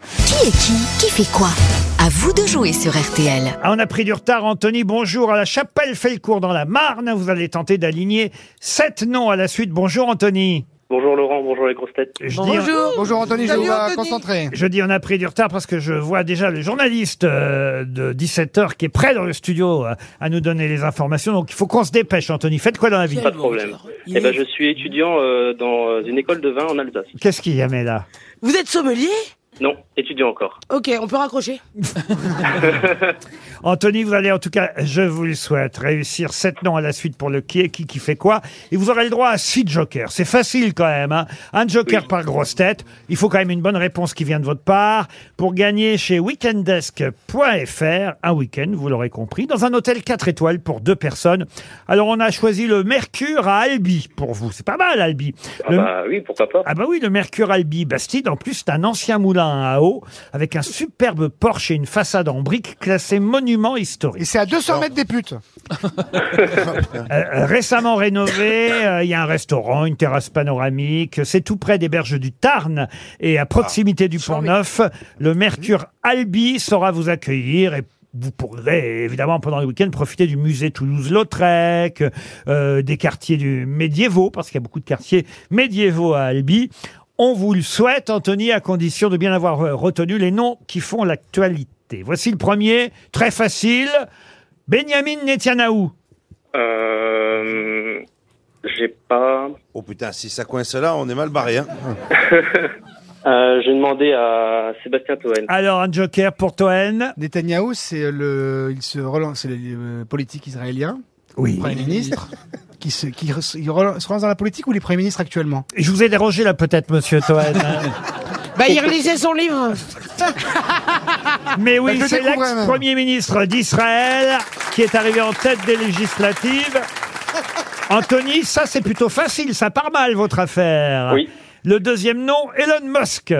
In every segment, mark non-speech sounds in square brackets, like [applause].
Qui est qui Qui fait quoi À vous de jouer sur RTL. Ah, on a pris du retard, Anthony. Bonjour à la chapelle Felcourt dans la Marne. Vous allez tenter d'aligner sept noms à la suite. Bonjour, Anthony. Bonjour Laurent, bonjour les grosses têtes. Je dis, Bonjour. Bonjour Anthony, je Salut, vous vois Anthony. concentré. je dis on a pris du retard parce que je vois déjà le journaliste euh, de 17h qui est prêt dans le studio euh, à nous donner les informations. Donc il faut qu'on se dépêche, Anthony. Faites quoi dans la vie Pas de problème. Il Eh ben, est- je suis étudiant euh, dans une école de vin en Alsace. Qu'est-ce qu'il y a, mais là Vous êtes sommelier Non, étudiant encore. Ok, on peut raccrocher. Anthony, vous allez en tout cas, je vous le souhaite, réussir sept noms à la suite pour le qui est qui qui fait quoi. Et vous aurez le droit à six jokers. C'est facile quand même. hein. Un joker par grosse tête. Il faut quand même une bonne réponse qui vient de votre part. Pour gagner chez weekendesk.fr, un week-end, vous l'aurez compris, dans un hôtel 4 étoiles pour deux personnes. Alors on a choisi le Mercure à Albi pour vous. C'est pas mal Albi. Ah Le- bah oui, pourquoi pas. ah bah oui, le Mercure Albi Bastide, en plus, c'est un ancien moulin à eau avec un superbe porche et une façade en briques classée monument Et historique. c'est à 200 mètres des putes. Euh, récemment rénové, euh, il y a un restaurant, une terrasse panoramique, c'est tout près des berges du Tarn et à proximité du Pont Neuf. Le Mercure Albi saura vous accueillir et vous pourrez évidemment pendant le week-end profiter du musée Toulouse-Lautrec, euh, des quartiers du médiévaux, parce qu'il y a beaucoup de quartiers médiévaux à Albi. On vous le souhaite, Anthony, à condition de bien avoir euh, retenu les noms qui font l'actualité. Voici le premier, très facile, Benjamin Netanyahou. Euh, j'ai pas. Oh putain, si ça coince là, on est mal barré. Hein. Euh, j'ai demandé à Sébastien Toen. Alors, un joker pour Toen. Netanyahou, c'est le, il se relance, c'est le le politique israélien, Oui. premier ministre, qui se, qui re- il relance- se relance dans la politique ou les premiers ministres actuellement Je vous ai dérangé là peut-être, monsieur Toen. Bah, il relisait son livre. Mais oui, Bah, je c'est découvrais, même. l'ex-premier ministre d'Israël qui est arrivé en tête des législatives. Anthony, ça c'est plutôt facile, ça part mal votre affaire. Oui. Le deuxième nom, Elon Musk.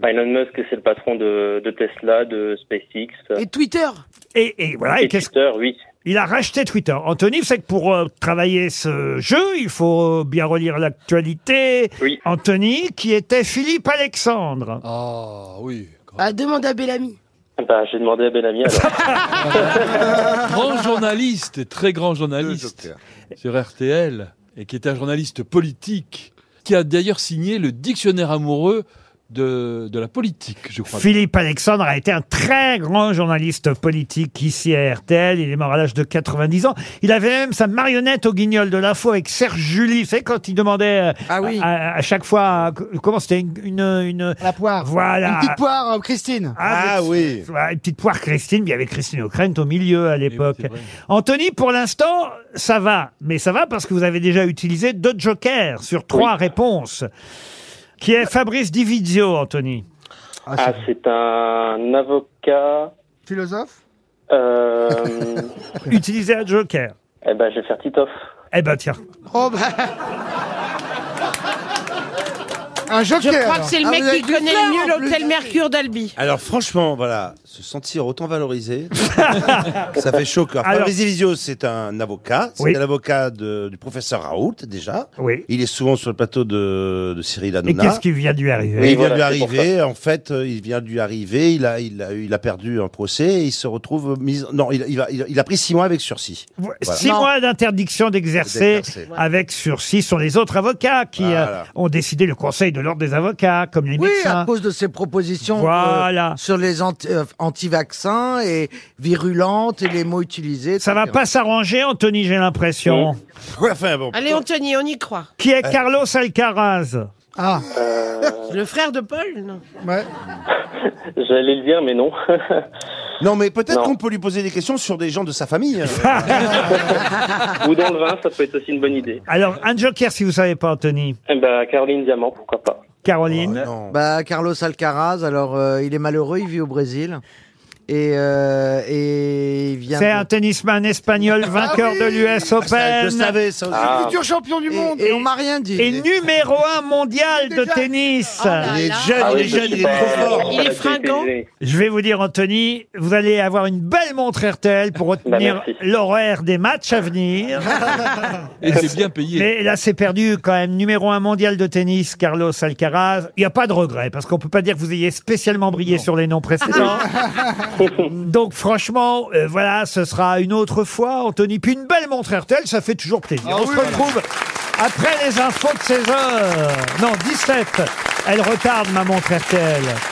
Bah, Elon Musk, c'est le patron de, de Tesla, de SpaceX. Et Twitter. Et, et voilà, ah, et Et qu'est-ce Twitter, oui. Il a racheté Twitter. Anthony, c'est que pour euh, travailler ce jeu, il faut bien relire l'actualité. Oui. Anthony, qui était Philippe Alexandre. Ah oui. Ah, demande à Bellamy. Bah, j'ai demandé à Bellamy alors. Grand journaliste, très grand Deux journaliste jokers. sur RTL, et qui est un journaliste politique, qui a d'ailleurs signé le dictionnaire amoureux de, de la politique, je crois. Philippe Alexandre a été un très grand journaliste politique ici à RTL. Il est mort à l'âge de 90 ans. Il avait même sa marionnette au guignol de l'info avec Serge Julie. Vous savez, quand il demandait euh, Ah oui. à, à chaque fois, euh, comment c'était une, une, une- La poire. Ah, Une Voilà. petite poire, euh, Christine. Ah, Ah oui. Voilà, Une petite poire Christine, puis il y avait Christine O'Krent au milieu à Eh oui, l'époque. c'est vrai. Anthony, pour l'instant, ça va. Mais ça va parce que vous avez déjà utilisé deux jokers sur trois réponses. Qui est Fabrice Dividio, Anthony Ah, Ah, c'est un avocat. c'est philosophe. Euh, Utilisez un joker. eh ben, je vais faire Titoff. Eh ben tiens. Oh bah. Un joker. Je crois que alors. c'est le Ah, mec vous avez qui du connaît flair, le mieux en plus. l'hôtel Mercure d'Albi. Alors franchement, voilà, se sentir autant valorisé, [laughs] ça fait chaud. Alors, Alors- Fabrice Divisio, c'est un avocat, c'est Oui. l'avocat de- du professeur Raoult déjà. Oui. Il est souvent sur le plateau de, de Cyril Et Hanouna. qu'est-ce qui vient de lui arriver Et il vient Voilà, de lui c'est pour arriver, en fait, euh, il vient de lui arriver, il a, il a, eu- il a perdu un procès, et il se retrouve mis, non, il, il va- il- il a pris six mois [laughs] avec sursis. Vous- Voilà. Six mois d'interdiction d'exercer D'exercer. avec sursis sont les autres avocats qui euh, Voilà. ont décidé le Conseil de l'ordre des avocats, comme les Oui, à médecins. cause de ses propositions euh, Voilà. sur les anti- euh, anti-vaccins et virulentes et les mots utilisés. Ça va etc. pas s'arranger, Anthony, j'ai l'impression. Ouais, enfin bon. Allez, Anthony, on y croit. Qui Euh. est Carlos Alcaraz Ah, Le frère de Paul, non ouais. J'allais le dire, mais non. Non, mais peut-être Non. qu'on peut lui poser des questions sur des gens de sa famille. hein. Ou dans le vin, ça peut être aussi une bonne idée. Alors, un joker si vous savez pas, Anthony. Eh ben, Caroline Diamant, pourquoi pas. Caroline. Non. Bah, Carlos Alcaraz, alors euh, il est malheureux, il vit au Brésil. Et, euh, et il vient. C'est de- un tennisman espagnol vainqueur de l'US Ah, Ça, je le Open. savais, ça aussi. Ah. Futur champion du monde. Et, et on m'a rien dit. et numéro un mondial de Déjà tennis. Il est jeune, Ah il oui, est je jeune, suis il est pas- trop fort. Il est pas d'actualité, fringant. désolé. Je vais vous dire, Anthony, vous allez avoir une belle montre RTL pour retenir Bah, merci. Ah, l'horaire des matchs à venir. Et c'est bien payé. Euh, Mais là, c'est perdu quand même. Numéro un mondial de tennis, Carlos Alcaraz. Il n'y a pas de regret, parce qu'on peut pas dire que vous ayez spécialement brillé sur les noms précédents. Ah, [laughs] [laughs] Donc, franchement, euh, voilà, ce sera une autre fois, Anthony. Puis une belle montre RTL, ça fait toujours plaisir. Ah On se retrouve après les infos de 16 heures. Non, 17. Elle retarde ma montre RTL.